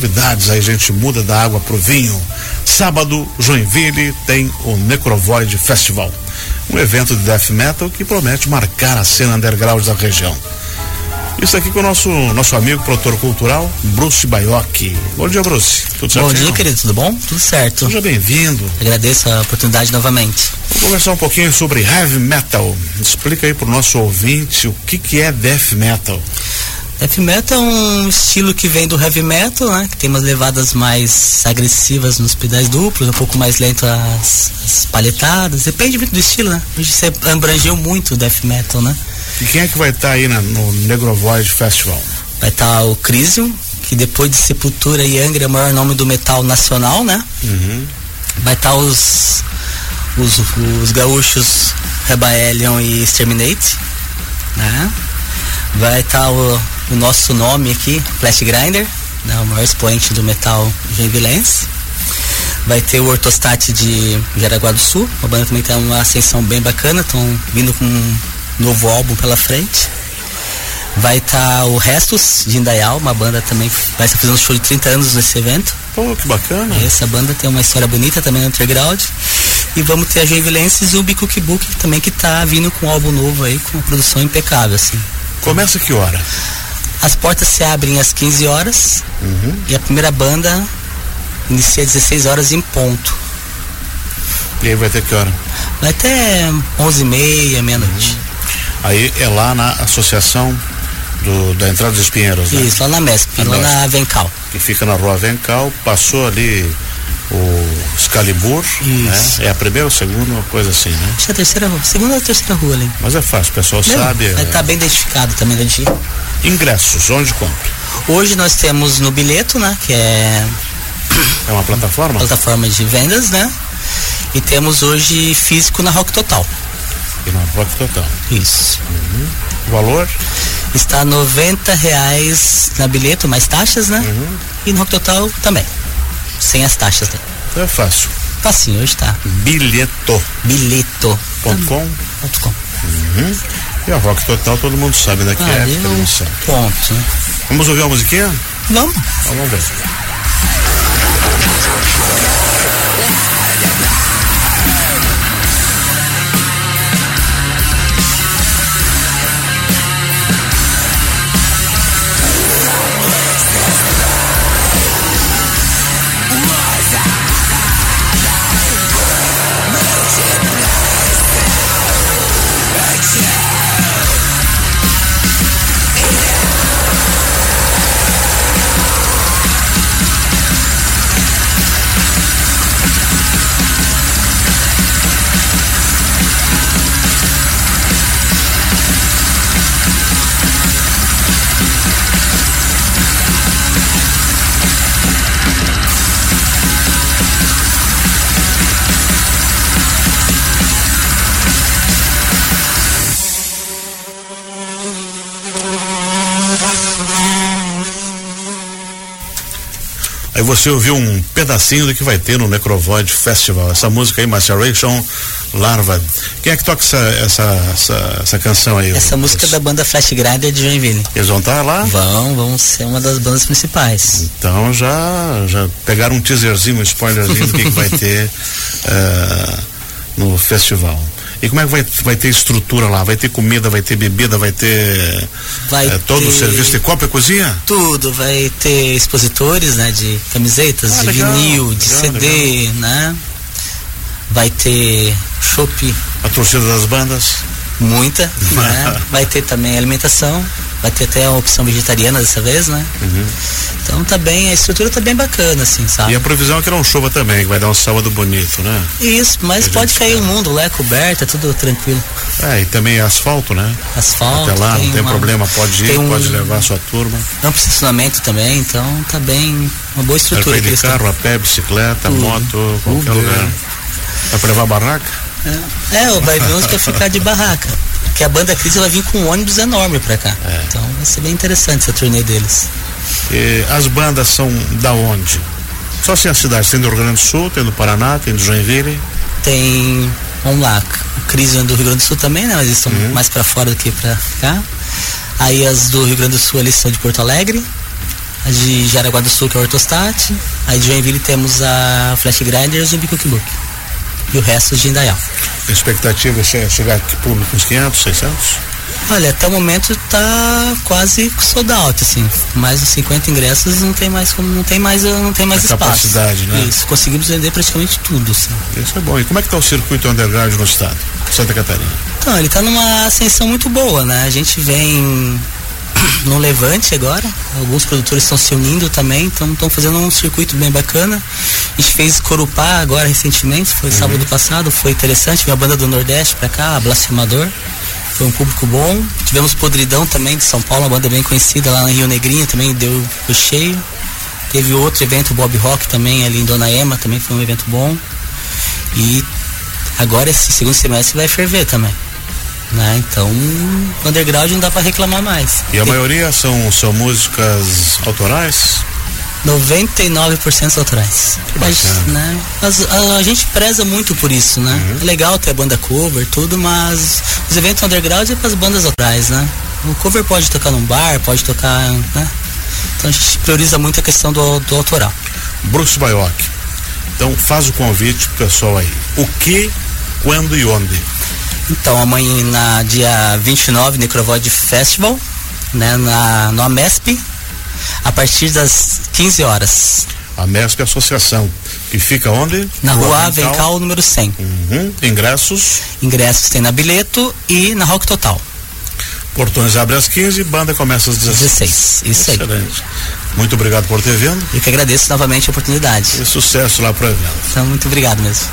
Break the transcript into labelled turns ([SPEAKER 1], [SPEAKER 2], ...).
[SPEAKER 1] novidades aí, gente. Muda da água pro vinho. Sábado, Joinville tem o Necrovoid Festival. Um evento de death metal que promete marcar a cena underground da região. Isso aqui com o nosso, nosso amigo produtor cultural, Bruce Baiocchi. Bom dia, Bruce.
[SPEAKER 2] Tudo certo? Bom dia, querido. Tudo bom? Tudo certo.
[SPEAKER 1] Seja bem-vindo.
[SPEAKER 2] Agradeço a oportunidade novamente.
[SPEAKER 1] Vamos conversar um pouquinho sobre heavy metal. Explica aí para o nosso ouvinte o que, que é death metal.
[SPEAKER 2] Death metal é um estilo que vem do heavy metal, né? Que tem umas levadas mais agressivas nos pedais duplos, um pouco mais lento as, as palhetadas. Depende muito do estilo, né? Hoje você abrangeu muito o death metal, né?
[SPEAKER 1] E quem é que vai estar tá aí na, no Negrovoid Festival?
[SPEAKER 2] Vai estar tá o Crisium, que depois de Sepultura e Angra é o maior nome do metal nacional, né? Uhum. Vai estar tá os, os, os gaúchos Rebaelion e Exterminate, né? Vai estar o, o, nosso nome aqui, Flash Grinder, né? o maior expoente do metal joinvilense. Vai ter o Ortostat de Jaraguá do Sul, a banda também tem uma ascensão bem bacana, estão vindo com um novo álbum pela frente. Vai estar tá o Restos de Indaial, uma banda também vai estar fazendo um show de 30 anos nesse evento.
[SPEAKER 1] Pô, Então, que bacana.
[SPEAKER 2] E essa banda tem uma história bonita também no underground. E vamos ter a Joinvilenses e o Bico Book também que está vindo com um álbum novo aí, com uma produção impecável, assim.
[SPEAKER 1] Começa que hora?
[SPEAKER 2] As portas se abrem às 15 horas uhum. e a primeira banda inicia às 16 horas em ponto.
[SPEAKER 1] E aí vai até que hora?
[SPEAKER 2] Vai até 11h30, meia-noite. Uhum.
[SPEAKER 1] Aí é lá na associação do, da entrada dos Pinheiros, né?
[SPEAKER 2] Isso, lá na MESP, lá na Vencal.
[SPEAKER 1] Que fica na rua Vencal, passou ali o Excalibur, Isso. né? É a primeira ou segunda, uma coisa assim, né?
[SPEAKER 2] Acho que é a terceira rua, segunda ou a terceira rua ali.
[SPEAKER 1] Mas é fácil, o pessoal Não, sabe.
[SPEAKER 2] Vai
[SPEAKER 1] é...
[SPEAKER 2] estar tá bem identificado também, né? De...
[SPEAKER 1] Ingressos, onde compra?
[SPEAKER 2] Hoje nós temos no bilheto, né? Que é...
[SPEAKER 1] É uma plataforma?
[SPEAKER 2] Plataforma de vendas, né? E temos hoje físico na Rock Total.
[SPEAKER 1] E na Rock Total.
[SPEAKER 2] Isso.
[SPEAKER 1] Uhum. O valor?
[SPEAKER 2] Está noventa reais na bilheto, mais taxas, né?
[SPEAKER 1] Hum.
[SPEAKER 2] Uhum. E no Rock Total também. Sem as taxas, né?
[SPEAKER 1] É fácil.
[SPEAKER 2] Facinho, hoje tá.
[SPEAKER 1] Bilheto.
[SPEAKER 2] Bilheto.
[SPEAKER 1] Ponto com?
[SPEAKER 2] Ponto com.
[SPEAKER 1] Uhum. E a Rock Total todo mundo sabe, né? Que ah, é, todo mundo sabe.
[SPEAKER 2] Ponto, né?
[SPEAKER 1] Vamos ouvir uma musiquinha? Então,
[SPEAKER 2] Vamos.
[SPEAKER 1] Vamos ver. Aí você ouviu um pedacinho do que vai ter no Necrovoid Festival. Essa música aí, Maceration Larva. Quem é que toca essa, essa, essa, essa canção aí?
[SPEAKER 2] Essa música os... da banda Flash Grinder de Joinville.
[SPEAKER 1] Eles vão estar tá lá?
[SPEAKER 2] Vão, vão ser uma das bandas principais.
[SPEAKER 1] Então já, já pegaram um teaserzinho, um spoilerzinho do que, que vai ter uh, no festival. E como é que vai, vai ter estrutura lá? Vai ter comida, vai ter bebida, vai ter vai é, todo ter... o serviço de copa e cozinha?
[SPEAKER 2] Tudo, vai ter expositores, né? De camisetas, ah, de legal, vinil, de legal, CD, legal. né? Vai ter chopp.
[SPEAKER 1] A torcida das bandas?
[SPEAKER 2] Muita, né? vai ter também alimentação, vai ter até a opção vegetariana dessa vez, né? Uhum. Então tá bem, a estrutura tá bem bacana, assim, sabe?
[SPEAKER 1] E a previsão é que não chova também, que vai dar um sábado bonito, né?
[SPEAKER 2] Isso, mas que pode cair o mundo, lá é coberta, tudo tranquilo.
[SPEAKER 1] É, e também é asfalto, né?
[SPEAKER 2] Asfalto.
[SPEAKER 1] Até lá, tem não tem uma, problema, pode ir, um, pode levar a sua turma.
[SPEAKER 2] Não estacionamento também, então tá bem, uma boa estrutura.
[SPEAKER 1] Vai de carro, a pé, bicicleta, tudo. moto, qualquer Uber. lugar. Vai pra levar barraca?
[SPEAKER 2] É, é o Babilônios quer ficar de barraca. Que a banda Crise vai vir com um ônibus enorme pra cá. É. Então vai ser bem interessante essa turnê deles.
[SPEAKER 1] E as bandas são da onde? Só assim as cidades, tem do Rio Grande do Sul, tem do Paraná, tem do Joinville.
[SPEAKER 2] Tem, vamos lá, o Crise é do Rio Grande do Sul também, né? Mas eles estão uhum. mais pra fora do que pra cá. Aí as do Rio Grande do Sul ali são de Porto Alegre. A de Jaraguá do Sul, que é o Ortostat. Aí de Joinville temos a Flash Grinders e o Bicook Book. E o resto de Indaial.
[SPEAKER 1] A expectativa é chegar aqui público uns 500, 600?
[SPEAKER 2] Olha, até o momento tá quase sold out, assim. Mais de 50 ingressos não tem mais como, não tem mais, eh, não tem mais
[SPEAKER 1] A
[SPEAKER 2] espaço.
[SPEAKER 1] capacidade, né?
[SPEAKER 2] Isso, conseguimos vender praticamente tudo, assim.
[SPEAKER 1] Isso é bom. E como é que está o circuito underground no estado? Santa Catarina.
[SPEAKER 2] Então, ele tá numa ascensão muito boa, né? A gente vem no Levante agora, alguns produtores estão se unindo também, então estão fazendo um circuito bem bacana. A gente fez Corupá agora recentemente,
[SPEAKER 1] Uhum.
[SPEAKER 2] foi sábado passado, foi interessante, veio a banda do Nordeste pra cá, a Blasfemador. Foi um público bom. Tivemos Podridão também de São Paulo, uma banda bem conhecida lá no Rio Negrinho também, deu o cheio. Teve outro evento, o Bob Rock também, ali em Dona Ema, também foi um evento bom. E agora esse segundo semestre vai ferver também. Né? Então, o underground não dá pra reclamar mais.
[SPEAKER 1] E a maioria são, são músicas autorais?
[SPEAKER 2] 99% autorais. Mas,
[SPEAKER 1] bacana.
[SPEAKER 2] né, as- a, a gente preza muito por isso, né? É legal ter a banda cover, tudo, mas os eventos underground é pras bandas autorais, né? O cover pode tocar num bar, pode tocar, né? Então a gente prioriza muito a questão do, do autoral.
[SPEAKER 1] Bruce Baioc. Então faz o convite pro pessoal aí. O que, quando e onde?
[SPEAKER 2] Então, amanhã, na dia 29, Necrovoid Festival, né, na, no AMESP, a partir das 15 horas.
[SPEAKER 1] A MESP Associação, que fica onde?
[SPEAKER 2] Na rua
[SPEAKER 1] Avental.
[SPEAKER 2] Avencal, número 100.
[SPEAKER 1] Uhum. Ingressos,
[SPEAKER 2] Ingressos tem na Bileto e na Rock Total,
[SPEAKER 1] portões abrem às 15, banda começa às 16.
[SPEAKER 2] 16. Isso aí.
[SPEAKER 1] Excelente. Muito obrigado por ter vindo
[SPEAKER 2] Eu que agradeço novamente a oportunidade.
[SPEAKER 1] e sucesso lá pro evento.
[SPEAKER 2] Então, muito obrigado mesmo.